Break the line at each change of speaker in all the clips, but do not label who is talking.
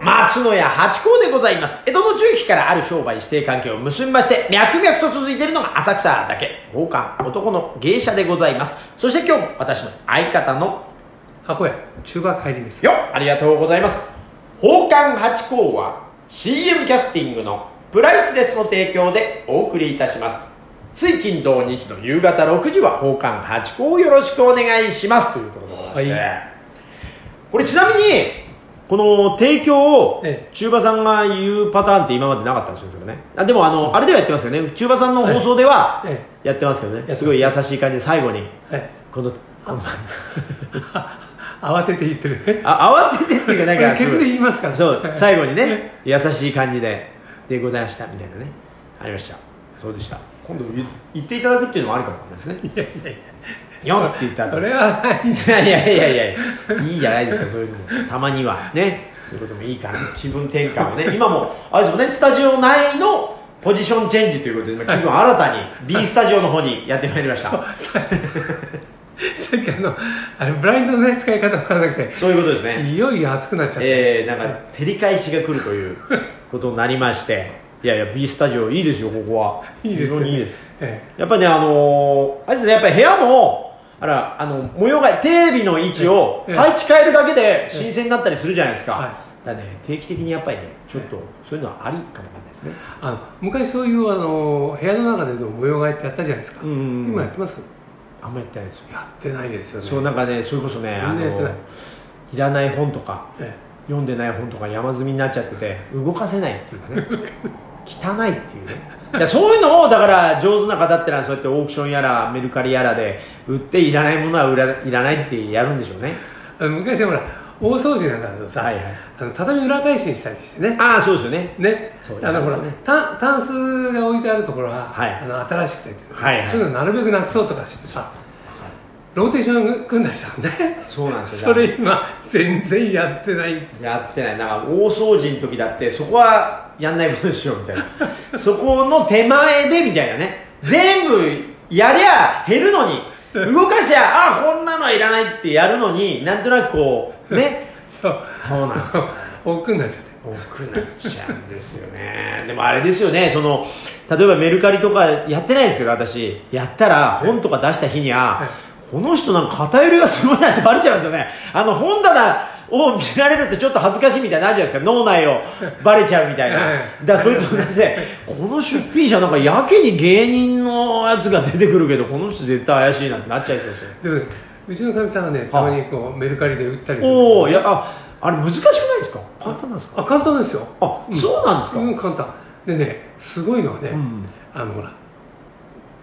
松野屋八甲でございます。江戸の中期からある商売指定関係を結びまして、脈々と続いているのが浅草だけ、宝冠男の芸者でございます。そして今日も私の相方の
箱屋中華帰りです
よありがとうございます宝冠八甲は CM キャスティングのプライスレスの提供でお送りいたします水金土日の夕方6時は宝冠八甲をよろしくお願いしますということでございまして、
は
これちなみにこの提供を
ええ
中馬さんが言うパターンって今までなかったんですよねあでもあのあれではやってますよね中馬さんの放送では
え
やってますけどね、
てます
すごい優しい感じで最後に
えはい
このこの
慌てて言ってるね
あ慌ててっていうか なんか
これケツで言いますから
そう
はい
最後にね優しい感じででございましたみたいなねありましたそうでした今度言言っていただくっていうのもあるかもしれないですねいやいやいやって言った
それはない
いやいやいやいやいいじゃないですかそういうのもたまにはねそういうこともいいから気分転換をね今もあれですよねスタジオ内のポジションチェンジということで今気分を新 たに B スタジオの方にやってまいりました
そう ささっきあのあれブラインドのね使い方分からなく
そういうことですね
ていよいよ熱くなっちゃった、
えー、なんか照り返しが来るということになりまして いやいや B スタジオいいですよここはい
いですよ
非常にいいです
え
やっぱねあのーあれですねやっぱり部屋もあらあの模様替えテレビの位置を
ええ
配置変えるだけで新鮮になったりするじゃないですか、
はい
だからね定期的にやっぱりねちょっとそういうのはありかもわかんないですね
えあの昔そういうあの部屋の中での模様替えってやったじゃないですか、
うんうんうん
今やってます
あんまりやってないですよ、
やってないですよね
そうなんかねそれこそねあ
全
の
然やってない
いらない本とか
え
読んでない本とか山積みになっちゃってて動かせないっていうかね 汚いっていうねいやそういうのをだから上手な方ってのはそうやってオークションやらメルカリやらで売っていらないものは売らいらないってやるんでしょうね
えあの昔ほら大掃除なんかだとさ、
はいはい
あの畳裏返しにしたりしてね
ああそうですよね
ね
そう、
あのほら、
ね
たタンスが置いてあるところは、
はい
あの新しくて、
はいはい
そういうのなるべくなくそうとかしてさ、ローテーション組んだりしたのね、
そうなんですよ
それ今、全然やってない、
やってないなんか大掃除の時だってそこはやんないことにしようみたい なそこの手前でみたいなね全部やりゃ減るのに動かしゃあこんなのはいらないってやるのになんとなくこうね
そう、
そうなん ですよ
億劫になっちゃって、
多くなっちゃうんですよねでもあれですよねその例えばメルカリとかやってないですけど私やったら本とか出した日にはこの人なんか偏りがすごいなってバレちゃうんですよねあの本棚を見られるってちょっと恥ずかしいみたいになるじゃないですか脳内 をバレちゃうみたい
は
ないだからそれと同じでこの出品者なんかやけに芸人のやつが出てくるけどこの人絶対怪しいなってなっちゃいそうですよ
でもね、うちのかみさんがね、たまにこうメルカリで売ったりする
おおいやああれ難しくないですか簡単なんですか
あ簡単ですよ、
あそうなんですか
うん、簡単、でね、すごいのはね、
うん
あのほら、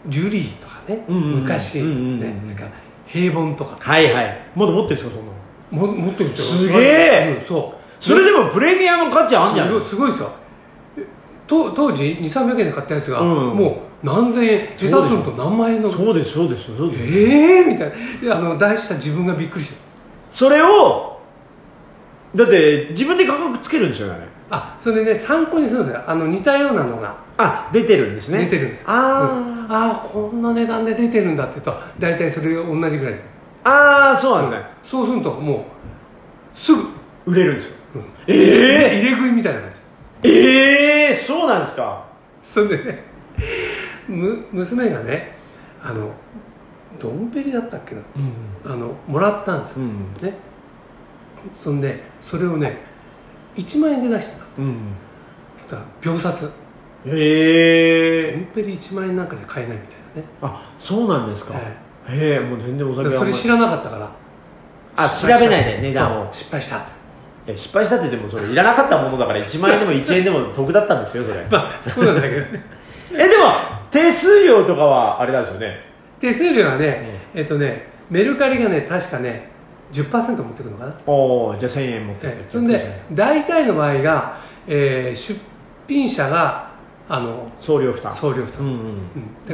ジュリーとかね、
うんうんうん
昔、
うんうんうん
ね、それから平凡とか。
はいはいまだ持ってるんですかそんなの
も持ってる人
すげえ
うん、そう
それでもプレミアの価値あんじゃん
すごいすごいですよえと当時2300円で買ったやつが、
うん
もう何千円
そうで
下
しょ
手すると何万円の
そうですそうですそうです、
ええー、みたいなであの出した自分がびっくりして
それをだって自分で価格つけるんですよねあれ
あそれでね参考にするんですよあの似たようなのが
あ出てるんですね
出てるんです、
あー、
うんあーこんな値段で出てるんだってと大体それ同じぐらいで
あーそうなんですね、
そうするともうすぐ、
売れるんですよ
うん
え
入れ食いみたいな感じ
ー、えー、そうなんですか
そんでねむ娘がねあのどんべりだったっけな
うん
あのもらったんです
う
よ、
ん
ねそんでそれをね1万円で出した
うん
だから秒殺ド
えー、
ンペリ1万円なんかで買えないみたいなね
あそうなんですか、
はい
ええもう全然お
だか
酒はあ
らそ
んま
れ
り
知らなかったから
あ
失敗した
調べないで値段を
そう失敗した
いや失敗したってでもそれいらなかったものだから1万円でも1円でも得だったんですよそれ
まあそうなんだけど ね
えでも手数料とかはあれなんですよね
手数料はねえっとねメルカリがね確かね10%持ってくるのかな、
おおじゃあ1000円持ってって
ええそんで大体の場合が、えー出品者があの
送料負担
送料負
う
担、
んうん
うん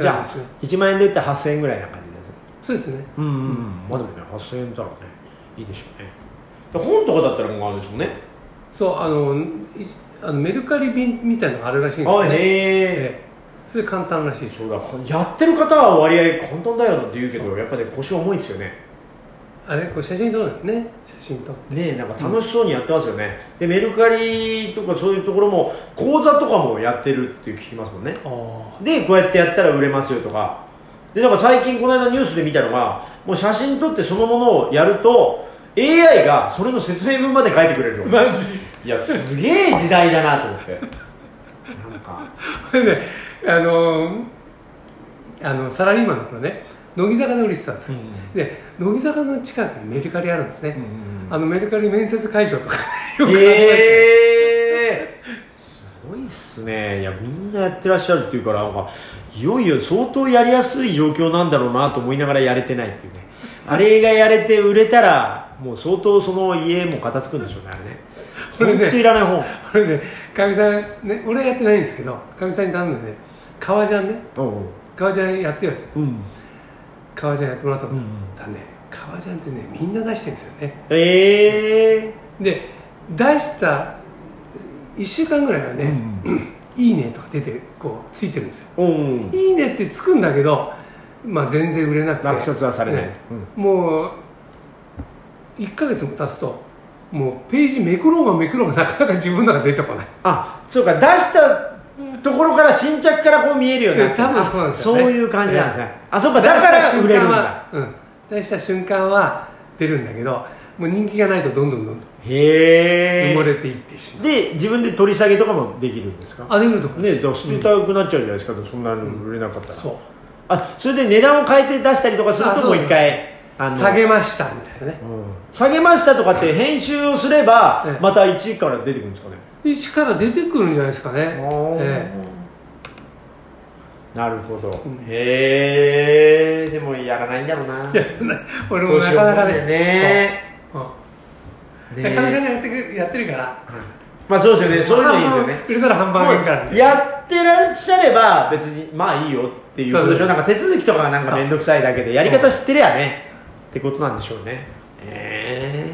じゃ
だからですね
あ1万円で売って8000円ぐらいな感じですね
そうですね
うんうんまあでもね8000円だろうねいいでしょうねで本とかだったらもうあるでしょうね
そうあのいあのメルカリ便みたいなのがあるらしいんですよ
あ
ね、
へえ
ええそれ簡単らしいです
そうだやってる方は割合簡単だよって言うけどやっぱね腰重いですよね
あれこう写真撮るのね写真撮って
ねえなんか楽しそうにやってますよね、でメルカリとかそういうところも講座とかもやってるって聞きますもんね
あ
でこうやってやったら売れますよとかでなんか最近この間ニュースで見たのがもう写真撮ってそのものをやると AI がそれの説明文まで書いてくれるの
マジ
いやすげえ時代だなと思ってなんか
あでねあのーあのサラリーマンの頃ね乃木坂で降りてたんですよ、で乃木坂の近くにメルカリあるんですね、あのメルカリ面接会場とかよく考えて、
えー、すごいっすねいやみんなやってらっしゃるっていうからなんかいよいよ相当やりやすい状況なんだろうなと思いながらやれてないっていうねあれがやれて売れたらもう相当その家も片付くんでしょうねあれね
これね
本当いらない本
これねかみさんね俺はやってないんですけどかみさんに頼んでね革ジャンね
うん
革ジャンやってよって
うん
革ジャンやってもらったこ
う
と、
んうん
だね革ジャンってねみんな出してるんですよね
ええ
で出した1週間ぐらいは
ー、
ね、いいねとか出てこうついてるんですよ
うん
いいねってつくんだけど、まあ、全然売れなく
落
て
札はされない、
ねもう1か月も経つともうページめくろうがめくろうがなかなか自分の中出てこない
あそうか出したところから新着からこう見えるようになってる
多分そうなんですよね
あそういう感じなんですね、あそうかだから売れるんだ
出した瞬間はうん、出した瞬間は出るんだけどもう人気がないとどんどんどんどん
へ
埋
え
もれていってしまう、
で自分で取り下げとかもできるんですか
あできると思う、
ねだから捨てたくなっちゃうじゃないですか、そんなの売れなかったら、
そう
あそれで値段を変えて出したりとかする
あ
と
そう
もう一回あの
下げましたみたいなね
うん下げましたとかって編集をすれば、
ええ
また1から出てくるんですかね
一から出てくるんじゃないですかね、ええ
なるほど、
ん
へえでもやらないんだろうな
俺もなかなかね
ね
そううん
ね
でかみさんがやってくやってるから
まあそうですよねそういうのいいですよね
半分売れたら半分あげるから
もうやってらっしゃれば別にまあいいよっていうことでし
そ
ょ
う
な
そう
んか手続きとかがなんか面倒くさいだけでやり方知ってりゃねってことなんでしょうねえ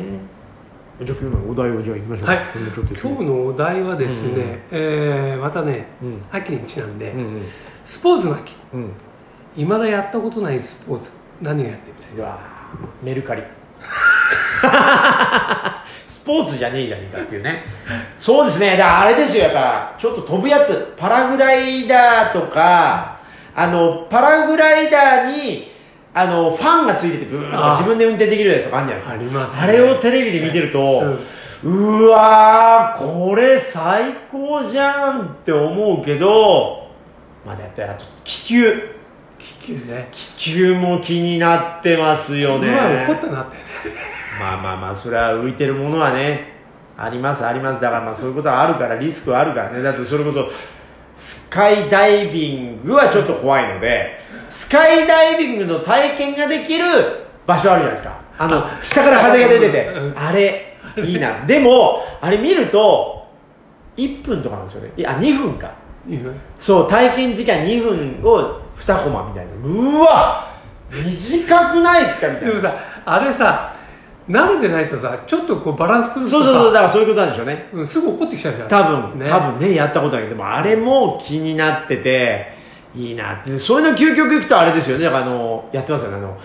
えじゃあ今日のお題をじゃあいきましょうか
はい
これもちょっと
今日のお題はですね、
うんうん
えーまたね
うん
秋にちなんで、
うん
スポーツの秋
うんうん
いまだやったことないスポーツ何をやってみたいうですか
わメル カリスポーツじゃねえじゃねえかっていうねそうですねだからあれですよやっぱちょっと飛ぶやつパラグライダーとかあのパラグライダーにあのファンがついててブーンとか
ああ
自分で運転できるやつとかあるんじゃないですか
ありますね
あれをテレビで見てると、うわーこれ最高じゃんって思うけどまだやってあと気球
気球ね
気球も気になってますよね
まあ怒ったなってね
まあまあまあそれは浮いてるものはねありますありますだからまあそういうことはあるからリスクはあるからねだってそれこそスカイダイビングはちょっと怖いのでスカイダイビングの体験ができる場所あるじゃないですかあの下から風が出てて
うん
あれいいなでもあれ見ると1分とかなんですよねいや2分か
いいよ
そう体験時間2分を2コマみたいなうわ短くないですかみたい
で
な
もさあれさ慣れてないとさちょっとこうバランス崩す
そう
と
そう
さ
そうだからそういうことなんでしょうね
うんすぐ怒ってきちゃうじゃん
多分、
ね
多分ねやったことだけどでもあれも気になってていいなってそういうの究極いくとあれですよねだからあのやってますよねあの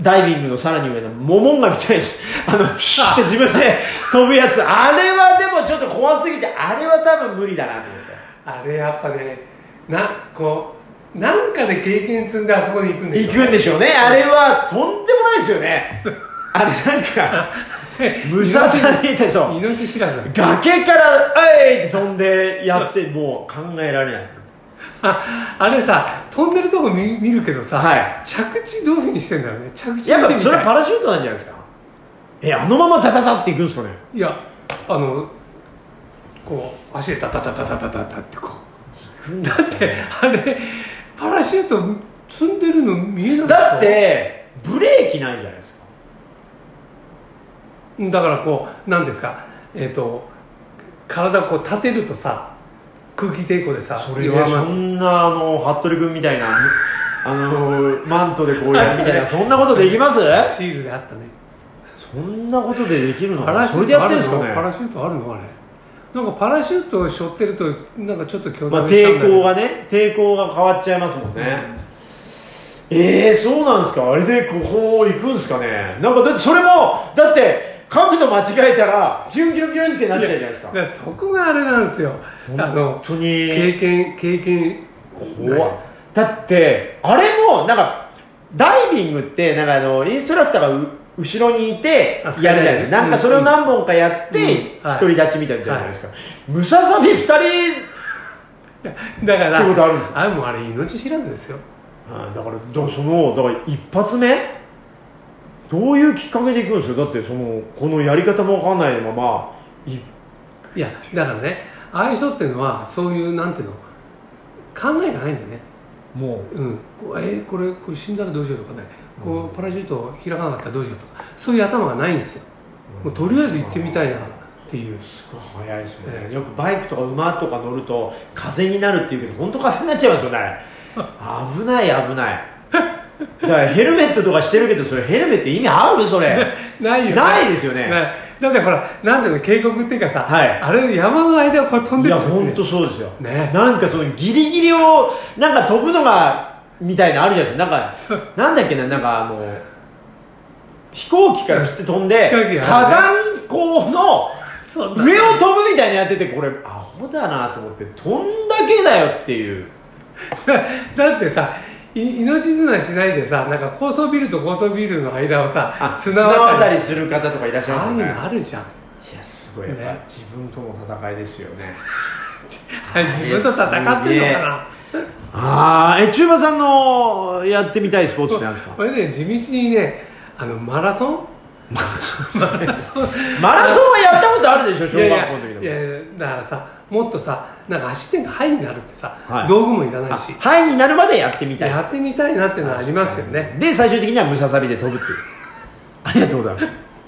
ダイビングのさらに上のモモンガみたいに あのプシュッて自分で飛ぶやつあれはでもちょっと怖すぎてあれは多分無理だなと思って
あれやっぱねなこうなんかで経験積んであそこに行くんでしょ
行くんでしょうねあれはとんでもないですよねあれなんか ムササビでしょ
命知らずだ
崖から「あい!」って飛んでやってもう考えられない
ああれさ飛んでるとこ見見るけどさ、
はい
着地どういうふうにしてんだろうね着地
やっ
見て
ぱ
み
それ
た
はいパラシュートなんじゃないですかえあのままダダダっていくんですかね
いやあのこう足でタタタタタタタタってこうだって あれパラシュート積んでるの見えない
だってブレーキないじゃないですか
だからこう何ですかえっ、と体をこう立てるとさ空気抵抗でさ
それ
弱
は
ま
そ
る
んなあの服部君み たいなあのマントでこうやるみたいなそんなことできます
シールであったね
そんなことでできるの
パラシ
そ
ュ
れで
ー
や
ト
っ
あ
て
る
るんです
の
か
パラ
ね
シュートあるのあれなんかパラシュートを背負ってるとなんかちょっと興
ま
ざ
あ
めしちゃうん
抵
だけど
抗がね抵抗が変わっちゃいますもんね、ええそうなんですかあれでここ行くんですかねなんかだってそれもだって角度間違えたらキュンキュンキュンってなっちゃうじゃないですか
だからそこがあれなんですよあの
本当に
経験経験
怖っだってあれもなんかダイビングってなんかあのインストラクターがう後ろにいてや
あ
るじゃないです
う
か
ん
なんかそれを何本かやって
うんはい
独り立ちみたいなのじゃないですか、ムササビ2人
だから
ってことあるの
あれもうあれ命知らずですよ
あだからだそのだから一発目どういうきっかけでいくんですかだってそのこのやり方もわかんないままい
いやだからねああいう人っていうのはそういうなんていうの考えがないんだよね
もう
うん、こうえーこれこれ死んだらどうしようとかねこうパラシュート開かなかったらどうしようとかそういう頭がないんですよもうとりあえず行ってみたいなっていう
すごい早いですね、よくバイクとか馬とか乗ると風になるっていうけど本当風になっちゃいますよね危ない危ない だからヘルメットとかしてるけどそれヘルメット意味あるそれ
ないよね
ないですよね
ないだってほらなんていうの渓谷っていうかさ、
はい
あれ山の間をこう飛ん
い
で
や
るんです
本当そうですよ、
ね
なんかそのギリギリをなんか飛ぶのがみたいなのあるじゃないですかなんかなんだっけななんかあの飛行機からピュッて 飛んで
飛行機が
火山口の
そんな
上を飛ぶみたいなのやっててこれアホだなと思って飛んだけだよっていう
だってさい命綱しないでさなんか高層ビルと高層ビルの間をさ
あ綱
綱渡り
渡りする方とかいらっしゃい
あ
ま
あ
す
いう
よね
のあるじゃん
いやすごいやっぱ、
ね
自分との戦いですよね
自分と戦ってんのかな
ああえ中馬さんのやってみたいスポーツって何です か
これね地道にねあのマラソンマラソン
マラソンはやったことあるでしょ
い
小
やい
学校の時でも
やいやだからさもっとさなんか走ってんのハイになるってさ、
はい
道具もいらな
あ
いし
ハイになるまでやってみたい
やってみたいなっていうのはありますよね
で最終的にはムササビで飛ぶっていうありがとうございます